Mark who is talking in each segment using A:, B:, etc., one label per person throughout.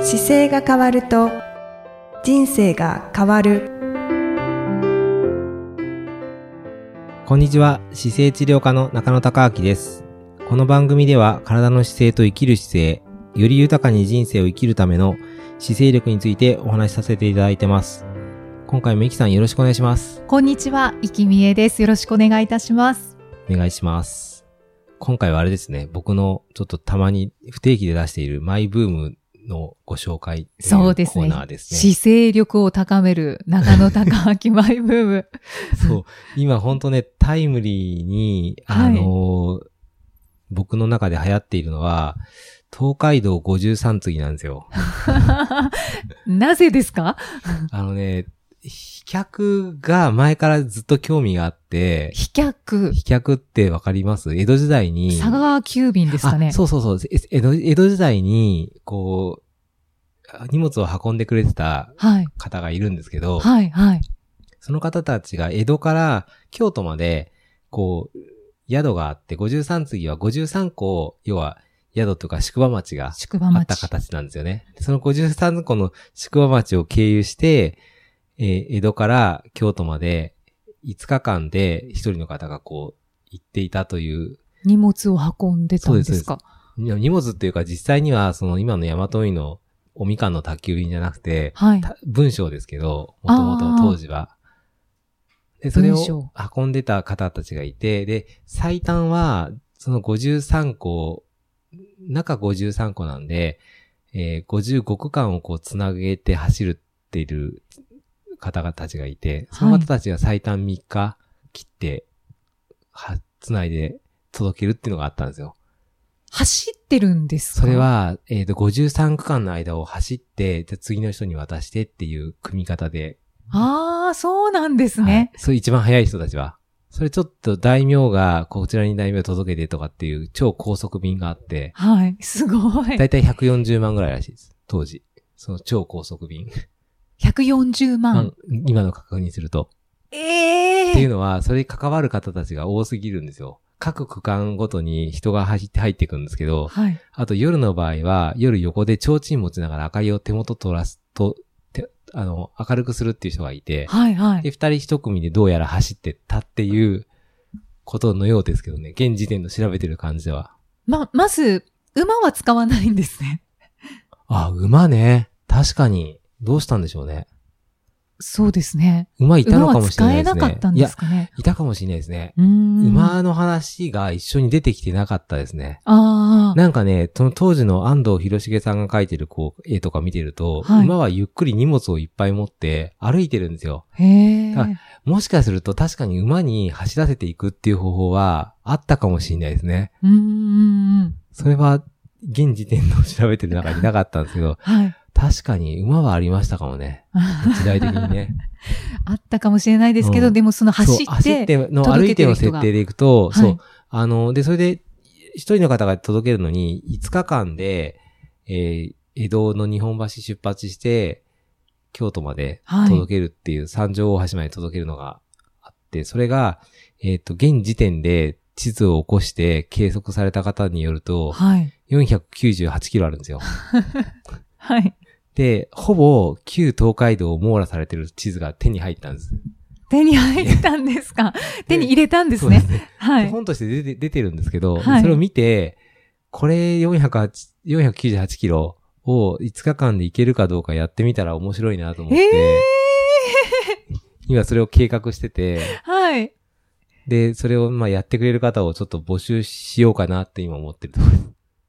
A: 姿勢が変わると人生が変わる
B: こんにちは、姿勢治療科の中野孝明です。この番組では体の姿勢と生きる姿勢、より豊かに人生を生きるための姿勢力についてお話しさせていただいてます。今回もイキさんよろしくお願いします。
C: こんにちは、いきみえです。よろしくお願いいたします。
B: お願いします。今回はあれですね、僕のちょっとたまに不定期で出しているマイブームのご紹介というコ
C: そうですね
B: ーナーですね。
C: 姿勢力を高める中野高明マイブ ーム。
B: そう。今ほんとね、タイムリーに、あのー僕の中で流行っているのは、東海道53次なんです よ。
C: なぜですか
B: あのね、飛脚が前からずっと興味があって、
C: 飛脚、
B: 飛脚ってわかります江戸時代に。
C: 佐川急便ですかね
B: あ。そうそうそう。え江戸江戸時代に、こう、荷物を運んでくれてた
C: はい。
B: 方がいるんですけど、
C: はい、はい。
B: その方たちが江戸から京都まで、こう、宿があって、53次は53個、要は宿とか宿場町が
C: 宿場
B: あった
C: 町。
B: 形なんですよね。その53個の宿場町を経由して、えー江戸から京都まで5日間で一人の方がこう行っていたという、
C: 荷物を運んでたんですか
B: いや荷物っていうか実際にはその今の大和運輸のおみかんの宅急便じゃなくて、
C: はい。
B: た文章ですけど、もとも
C: あ
B: と
C: ー
B: 当時は。で、それ
C: 文
B: を
C: 章
B: 運んでた方たちがいて、で、最短は、その53個、中53個なんで、えー55区間をこう繋げて走るっている方々たちがいて、その
C: はい
B: 方たちが最短3日切って、は、繋いで届けるっていうのがあったんですよ。
C: 走ってるんですか
B: それ、は、えっ、と、53区間の間を走って、じゃあ次の人に渡してっていう組み方で
C: ああ、そうなんです
B: はい
C: ね。、
B: それ一番早い人たちは。それちょっと大名が、こちらに大名届けてとかっていう超高速便があって、
C: はい。すご
B: だ
C: い。
B: いたい140万ぐらいらしいです。当時。その超高速便。
C: 140
B: ま
C: 万
B: あ。今の価格にすると。
C: え
B: ってい
C: え
B: うのは、それに関わる方たちが多すぎるんですよ。各区間ごとに人が走って入っていくんですけど、
C: はい。
B: あと夜の場合は、夜横で提灯持ちながら明かりを手元取らすと、てあの、明るくするっていう人がいて、
C: はい、はい。
B: で、二人一組でどうやら走ってったっていうことのようですけどね。現時点の調べてる感じでは。
C: ま、まず、馬は使わないんですね。
B: あ、馬ね。確かに。どうしたんでしょうね。
C: そうですね。
B: 馬いた
C: 馬
B: のか
C: は
B: もしれ
C: 使
B: ない
C: え
B: ですね。
C: なかったんですかね。
B: いや、いたかもしれないですね。
C: うーん。
B: 馬の話が一緒に出てきてなかったですね。
C: ああ。
B: なんかね、その当時の安藤博重さんが描いてるこう絵とか見てると、
C: はい
B: 馬はゆっくり荷物をいっぱい持って歩いてるんですよ。
C: へえ。
B: あもしかすると確かに馬に走らせていくっていう方法はあったかもしれないですね。
C: うーん。、
B: それは、現時点の調べてる中になかったんですけど
C: はい。
B: 確かに馬はありましたかもね。時代的にね。
C: あったかもしれないですけど、
B: うん
C: でもその走っ
B: そう
C: て、
B: 走っての歩
C: 届
B: い
C: け
B: て
C: て
B: の
C: る
B: 設
C: 人が
B: 定でいくと、
C: はい
B: そう。あの、で、それで、一人の方が届けるのに、5日間で、えー江戸の日本橋出発して、京都まで
C: はい
B: 届けるっていう、三条大橋まで届けるのがあって、それが、えっ、と、現時点で地図を起こして計測された方によると、
C: はい。
B: 498キロあるんですよ。
C: はい。
B: で、ほぼ旧東海道を網羅されてる地図が手に入ったんです。
C: 手に入ったんですか手に入れたんですね。
B: ね。
C: は
B: で
C: い。
B: 本として出て出てるんですけど、
C: はい
B: それを見て、これ408 498キロを5日間で行けるかどうかやってみたら面白いなと思っ
C: え
B: て、
C: え
B: 今それを計画してて、
C: はい。
B: で、それをまあやってくれる方をちょっと募集しようかなって今思 ってるところです。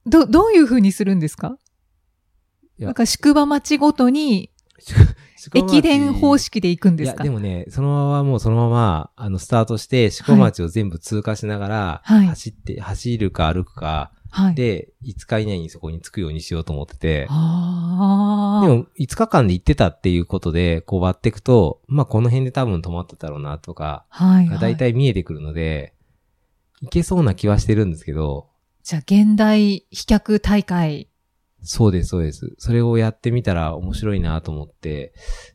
C: ど、どういう風にするんですか
B: いや
C: なんか宿場町ごとに
B: 宿場町
C: 駅伝方式で行くんですか
B: いや、でもね、そのままもうそのまま、あの、スタートして、四股町を全部通過しながら、
C: はい
B: 走って、走るか歩くか、
C: はい。
B: で、5日以内にそこに着くようにしようと思ってて、
C: あ
B: で
C: あ。
B: も、5日間で行ってたっていうことで、こう割っていくと、まあ、この辺で多分止まってたろうな、とか、
C: はい、
B: が
C: はい。
B: 大体見えてくるので、行けそうな気はしてるんですけど、
C: じゃあ、現代飛脚大会。
B: そうです、そうです。それをやってみたら面白いなと思って、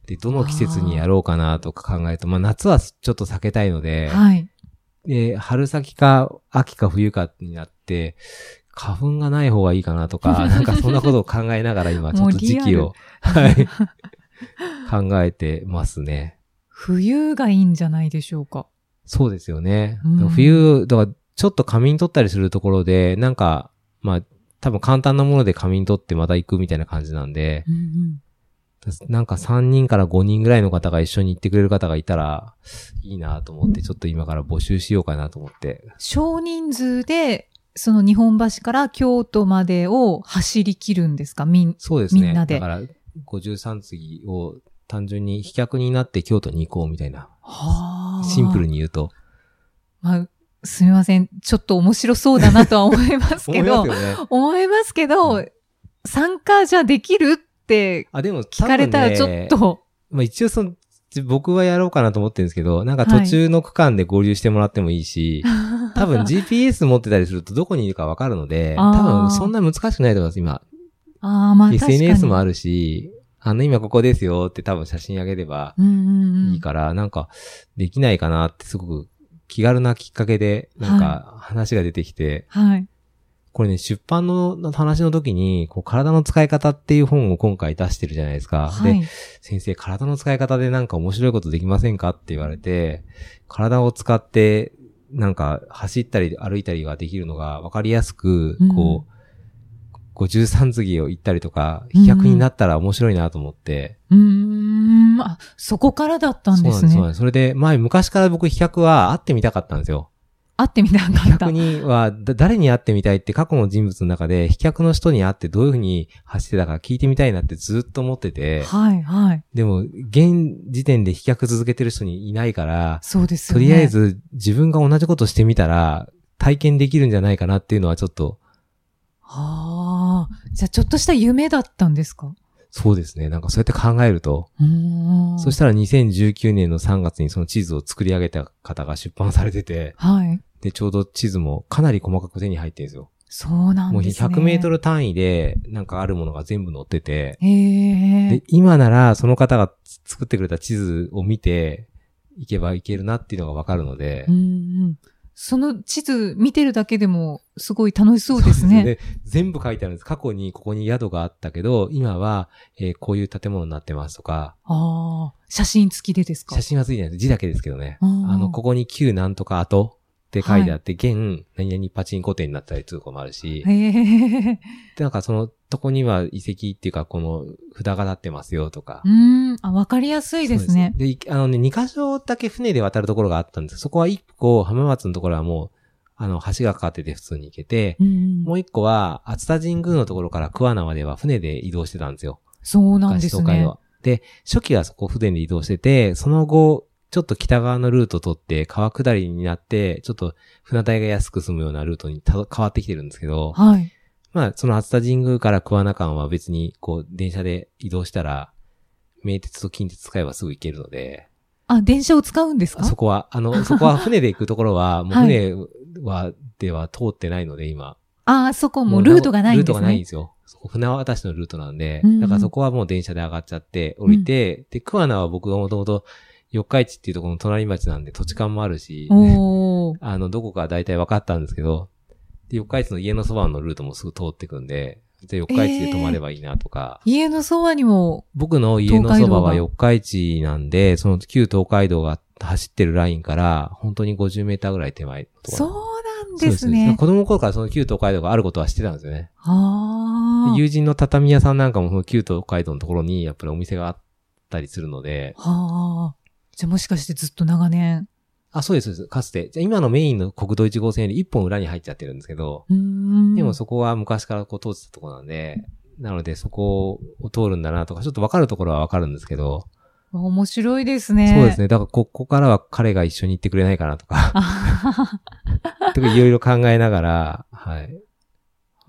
B: で、どの季節にやろうかなとか考えると、まあ、夏はちょっと避けたいので、
C: はい。
B: で、春先か、秋か冬かになって、花粉がない方がいいかなと か、なんかそんなことを考えながら今、ちょっと時期を、
C: リア
B: はい、考えてますね。
C: 冬がいいんじゃないでしょうか。
B: そうですよね。
C: うん
B: 冬、だからちょっと仮眠取ったりするところで、なんか、まあ、多分簡単なもので仮眠取ってまた行くみたいな感じなんで、
C: うんうん
B: なんか3人から5人ぐらいの方が一緒に行ってくれる方がいたら、いいなと思って、ちょっと今から募集しようかなと思って。
C: 少人数で、その日本橋から京都までを走り切るんですかみん、
B: そうですね。
C: みんなで
B: だから、53次を単純に飛脚になって京都に行こうみたいな、
C: は
B: シンプル
C: に。
B: に言うと。
C: まあ、すみません。ちょっと面白そうだなとは思います
B: 思い
C: け
B: ま
C: ど
B: す、よね。
C: 思いますけ
B: う
C: ど、参加じゃできるって
B: あ、でも、
C: 聞かれたらち
B: 多分
C: ょっ
B: ね
C: と、
B: まあ一応その、僕はやろうかなと思ってるんですけど、なんか途中の区間で合流してもらってもいい し、多分 GPS 持ってたりするとどこにいるかわかるので、
C: あー
B: 多分そんな難しくないと思います、今。
C: ああ、まあ確かに。
B: SNS もあるし、あの今ここですよって多分写真あげれば
C: うんうんうん
B: いいから、なんかできないかなってすごく気軽なきっかけで、なんか話が出てきて、
C: はい。
B: これね、出版の話の時に、こう体の使い方っていう本を今回出してるじゃないですか。
C: は
B: で
C: い。
B: 先生、体の使い方でなんか面白いことできませんかって言われて、体を使って、なんか走ったり歩いたりができるのが分かりやすく、
C: うん
B: こう、53次を行ったりとか、
C: うん
B: 飛躍になったら面白いなと思って。
C: うーん。あ、そこからだったん
B: そう
C: で
B: なん
C: す
B: です、そうなん
C: ね。
B: です。それで、前、昔から僕飛躍は会ってみたかったんですよ。
C: 会ってみたか
B: 飛
C: った
B: 躍。には、だ誰に会ってみたいって過去の人物の中で、飛脚の人に会ってどういうふうに走ってたか聞いてみたいなってずっと思ってて、
C: はい、はい。
B: でも、現時点で飛脚続けてる人にいないから、
C: そうです
B: と
C: よね。
B: りあえ。ず自分が同じことしてみたら体験できるんじゃないかなっていうのはちょっと、
C: ああ。じゃあ、ちょっとした夢だったんですか
B: そうですね。なんかそうやって考えると、
C: うーん。
B: そしたら2019年の3月にその地図を作り上げた方が出版されてて、
C: はい。
B: で、ちょうど地図もかなり細かく手に入ってるんですよ。
C: そうなん
B: もう
C: ですね。
B: 100メート。ル単位でなんかあるものが全部載ってて、
C: へえ
B: で。、今ならその方が作ってくれた地図を見て、行けば行けるなっていうのがわかるので
C: うんう、ん。その地図見てるだけでも、すごい楽しそうですね。
B: で全部書いてあるんです。過去にここに宿があったけど、今は、えーこういう建物になってますとか、
C: ああ。写真付きでですか
B: 写真はついてないです。字だけですけどね。
C: あ
B: あ
C: ー
B: の、ここに旧なんとか跡って書いてあって、現、何々パチンコ店になったりとかもあるし、
C: へえ。
B: で、なんかそのとこには遺跡っていうか、この札が立ってますよとか
C: う。ーん。あ、わかりやすいですね
B: そう。でいあのね、2箇所だけ船で渡るところがあったんですそこは1個、浜松のところはもう、あの、橋がかかってて普通に行けて、
C: うん
B: もう一個は、熱田神宮のところから桑名までは船で移動してたんですよ。
C: そうなんで
B: 昔
C: す
B: 東海
C: ね。
B: は。で、初期はそこ船で移動してて、その後、ちょっと北側のルート取って、川下りになって、ちょっと船代が安く済むようなルートにたど変わってきてるんですけど、
C: はい。
B: まあ、その熱田神宮から桑名間は別に、こう、電車で移動したら、名鉄と近鉄使えばすぐ行けるので、
C: あ、電車を使うんですか
B: そこは、あ の、そこは船で行くところは、もう
C: はい
B: 船は、では通ってないので、今。
C: ああ、そこもうルートがないんです
B: ルート
C: ね。
B: がないんですよ。そこ船渡しのルートなんで、
C: うんうん
B: だからそこはもう電車で上がっちゃって、降りて、で、桑名は僕がもともと四日市っていうところの隣町なんで土地勘もあるし、
C: おー。
B: あの、どこか大体分かったんですけど、で、四日市の家のそばのルートもすぐ通ってくんで、で、四日市で泊まればいいなとか、
C: 家のそばにも、
B: 僕の家のそばは
C: 東海道が
B: 四日市なんで、その旧東海道が走ってるラインから、本当に50メーターぐらい手前のところ
C: そうなんです
B: そう
C: ね。
B: 子供の頃からその旧東海道があることは知ってたんですよね。
C: あ
B: で
C: ー
B: 友人の畳屋さんなんかもその旧東海道のところにやっぱりお店があったりするので、
C: はあ。じゃあもしかしてずっと長年。
B: あ、そうです、そうです。かつて。じゃあ今のメインの国道1号線より一本裏に入っちゃってるんですけど、
C: うーん。
B: でもそこは昔からこう通ってたところなんで、なのでそこを通るんだなとか、ちょっとわかるところはわかるんですけど、
C: わ面白いですね。
B: そうです
C: ね。
B: ね。だからここからは彼が一緒に行ってくれないかなとか、
C: あはは
B: とかいろいろ考えながら、はい。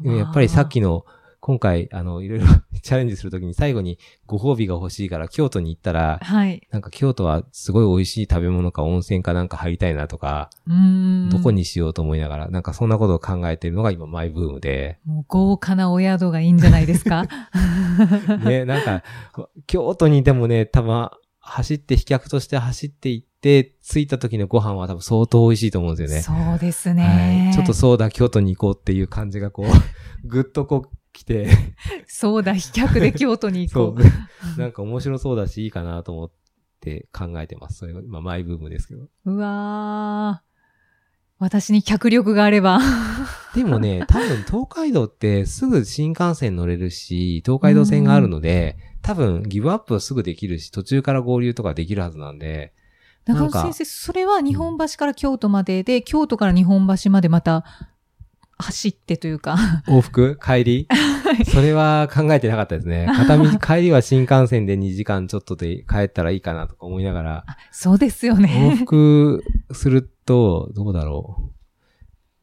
B: でもやっぱりさっきの、今回、あの、いろいろ チャレンジするときに最後にご褒美が欲しいから京都に行ったら、
C: はい。
B: なんか京都はすごい美味しい食べ物か温泉かなんか入りたいなとか、
C: うーん。、
B: どこにしようと思いながら、なんかそんなことを考えてるのが今マイブームで
C: もう豪華なお宿がいいんじゃないですか
B: ね、なんか、京都にでもね、たま、走って飛脚として走っていっって、着いた時のご飯は多分相当美味しいと思うん ですよね。
C: そうです
B: は
C: ね
B: い。。ちょっと
C: そ
B: そうだ、京都に行こうっていう感じがこう、ぐっとこう来て、
C: うだ、飛脚で京都に行
B: そ
C: こう。
B: う。なんか面白そうだし、いいかなと思って考えてます。それが、まあ、マイブームですけど。
C: うわー。私に脚力があれば。
B: でも ね、多分東海道ってすぐ新幹線乗れるし、東海道線があるので、多分ギブアップはすぐできるし、途中から合流とかできるはずなん で、
C: 中
B: な
C: 野
B: んか
C: 先生、それは日本橋から京都までで、京都から日本橋までまた走ってというか。
B: 往復帰りそれは考えてなかったです ね。片道、帰りは新幹線で2時間ちょっとで帰ったらいいかなとか思いながら、
C: そうですよ
B: 往
C: ね。
B: 復すると、どうだろう。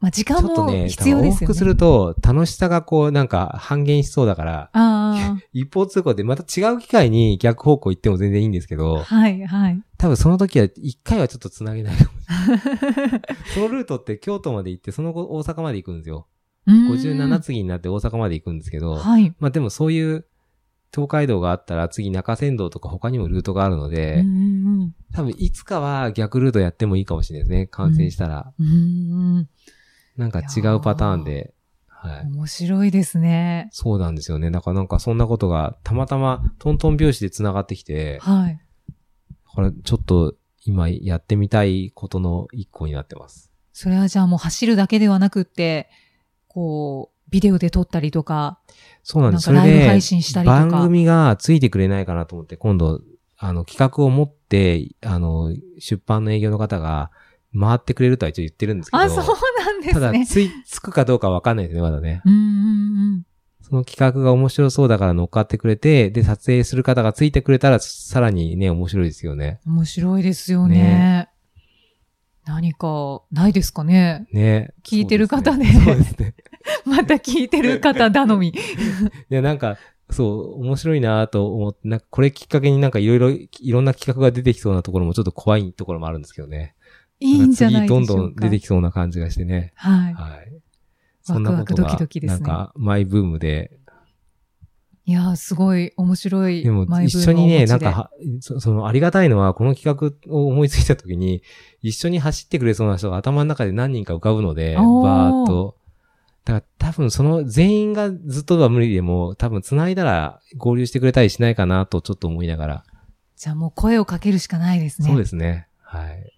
C: まあ時間
B: ちょっと
C: も
B: ね、
C: 必要で
B: 往
C: すよね。
B: 復すると楽しさがこうなんか半減しそうだから、
C: あ
B: 一方通行でまた違う機会に逆方向行っても全然いいんですけ
C: あ。
B: ど、
C: は い、はい。
B: 多分その時は一回はちょっと繋げないかもし れない。そのルートって京都まで行って、その後大阪まで行くんですよ。57
C: 57
B: 次になって大阪まで行くんですけど、
C: はい。
B: まあでもそういう東海道があったら次中山道とか他にもルートがあるの
C: う
B: で、
C: ん
B: 多分いつかは逆ルートやってもいいかもしれないですね。完成したら。
C: うんうん。うん
B: なんか違うパターンで、はい。
C: 面白いですね。
B: そうなんですよね。だからなんかそんなことがたまたまトントン拍子で繋がってきて、
C: はい。
B: これちょっと今やってみたいことの一個になってます。
C: それはじゃあもう走るだけではなくって、こう、ビデオで撮ったりとか。
B: そうなんです。そ
C: なん
B: れ
C: かライブ
B: で、
C: 配信したりとか
B: 番組がついてくれないかなと思って、今度、あの、企画を持って、あの、出版の営業の方が回ってくれるとは一応言ってるんですけど、
C: あ、そうなんで
B: た
C: す
B: だ、
C: ね。
B: つい、つくかどうかわかんないですね、まだね。
C: うんうんうん。
B: その企画が面白そうだから乗っかってくれて、で、撮影する方がついてくれたら、さらにね、面白いですよね。
C: 面白いですよね。
B: ね
C: 何か、ないです かね
B: ね。
C: 聞いてる方ね
B: そうですね。
C: また聞いてる方頼み。
B: いや、なんか、そう、面白いなと思って、なんかこれきっかけになんかいろいろ、いろんな企画が出てきそうなところもちょっと怖いところもあるんですけどね。
C: いいんじゃないでしょうか。
B: 次どんどん出てきそうな感じがしてね。
C: はい。
B: はい。
C: ワ
B: ん
C: ク
B: な
C: ワ
B: こ
C: ク
B: と
C: ド
B: が
C: キドキですね
B: なんか、マイブームで。
C: いやー、すごい面白い。
B: でも
C: マイブームを
B: 一緒にね、
C: お持ちで
B: なんか、はそその、ありがたいのは、この企画を思いついた時に、一緒に走ってくれそうな人が頭の中で何人か浮かぶので、バ
C: おー
B: ーっと。だから多分その全員がずっとは無理でも、多分繋いだら合流してくれたりしないかなとちょっと思いながら。
C: じゃあもう声をかけるしかないですね。。
B: そうですすね。はい。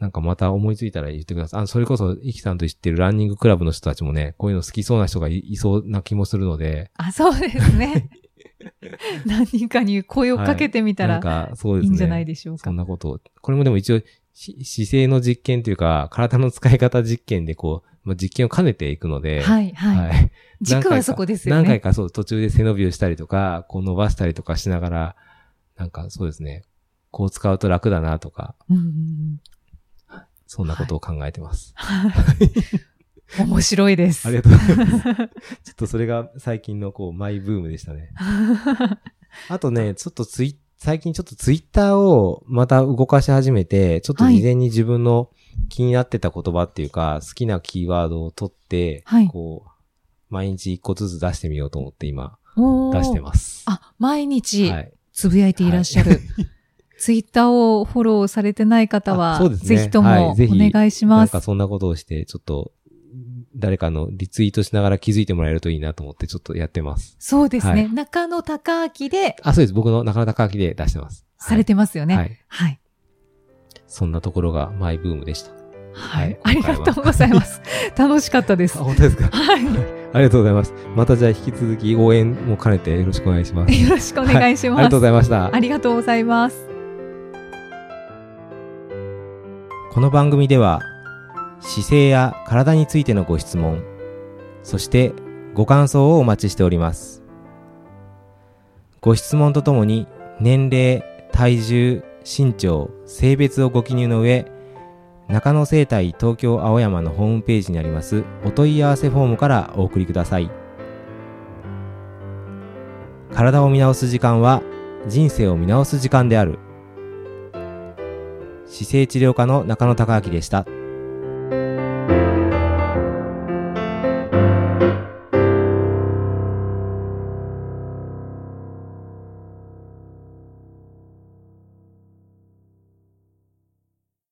B: なんかまた思いついたら言ってください。あ、それこそ、イキさんと知ってるランニングクラブの人たちもね、こういうの好きそうな人がいいそうな気もするので、
C: あ、そうで すね。何人かに声をかけてみた
B: なん
C: ら
B: か、そうで
C: い
B: すね。
C: いんじゃないでしょうか。
B: そんなことを。これもでも一応、し姿勢の実験というか、体の使い方実験でこう、まあ、実験を兼ねていくので、
C: はい、はい、
B: い
C: 軸はそこですよね。
B: 何回かそう、途中で背伸びをしたりとか、こう伸ばしたりとかしながら、なんかそうですね、こう使うと楽だなとか、
C: うんうん
B: そんなことを考えてます。
C: うん。面白いです。
B: ありがとうございます。ちょっとそれが最近のこう、マイブームでしたね。 あとね、ちょっとツイ最近ちょっとツイッターをまた動かし始めて、ちょっと
C: はい
B: 事前に自分の気になってた言葉っていうか、好きなキーワードを取って、
C: はい
B: こう、毎日一個ずつ出してみようと思って今、
C: おー
B: 出してます。
C: あ、毎日
B: はい。
C: つぶやいていらっしゃる。 ツイッターをフォローされてない方
B: あ
C: は、
B: そうですね
C: ぜひとも
B: は
C: お
B: いぜひ
C: 願いし
B: な
C: ま
B: ん
C: す。
B: かそんなことをして、ちょっと、誰かのリツイートしながら気づいてもらえるといいなと思って、ちょっとやってます。
C: そうですね。
B: は
C: 中野隆明で
B: あ、そうです。僕の中田かきで出してます。
C: されてますよね。
B: は
C: はい。
B: い。そんなところがマイブームでした。
C: はい。
B: はい
C: ありがとうございます。楽しかったです。
B: あ、
C: は
B: 本当ですか
C: い。
B: ありがとうございます。またじゃあ引き続き応援も兼ねてよろしく お願いします。
C: よろしくお願いし
B: あり
C: ます。
B: がとうございました。
C: ありがとうございます。
B: この番組では、姿勢や体についてのご質問、そしてご感想をお待ちしております。ご質問とともに、年齢、体重、身長、性別をご記入の上、中野生態東京青山のホームページにありますお問い合わせフォームからお送りください。体を見直す時間は人生を見直す時間である。姿勢治療科の中野孝明でした。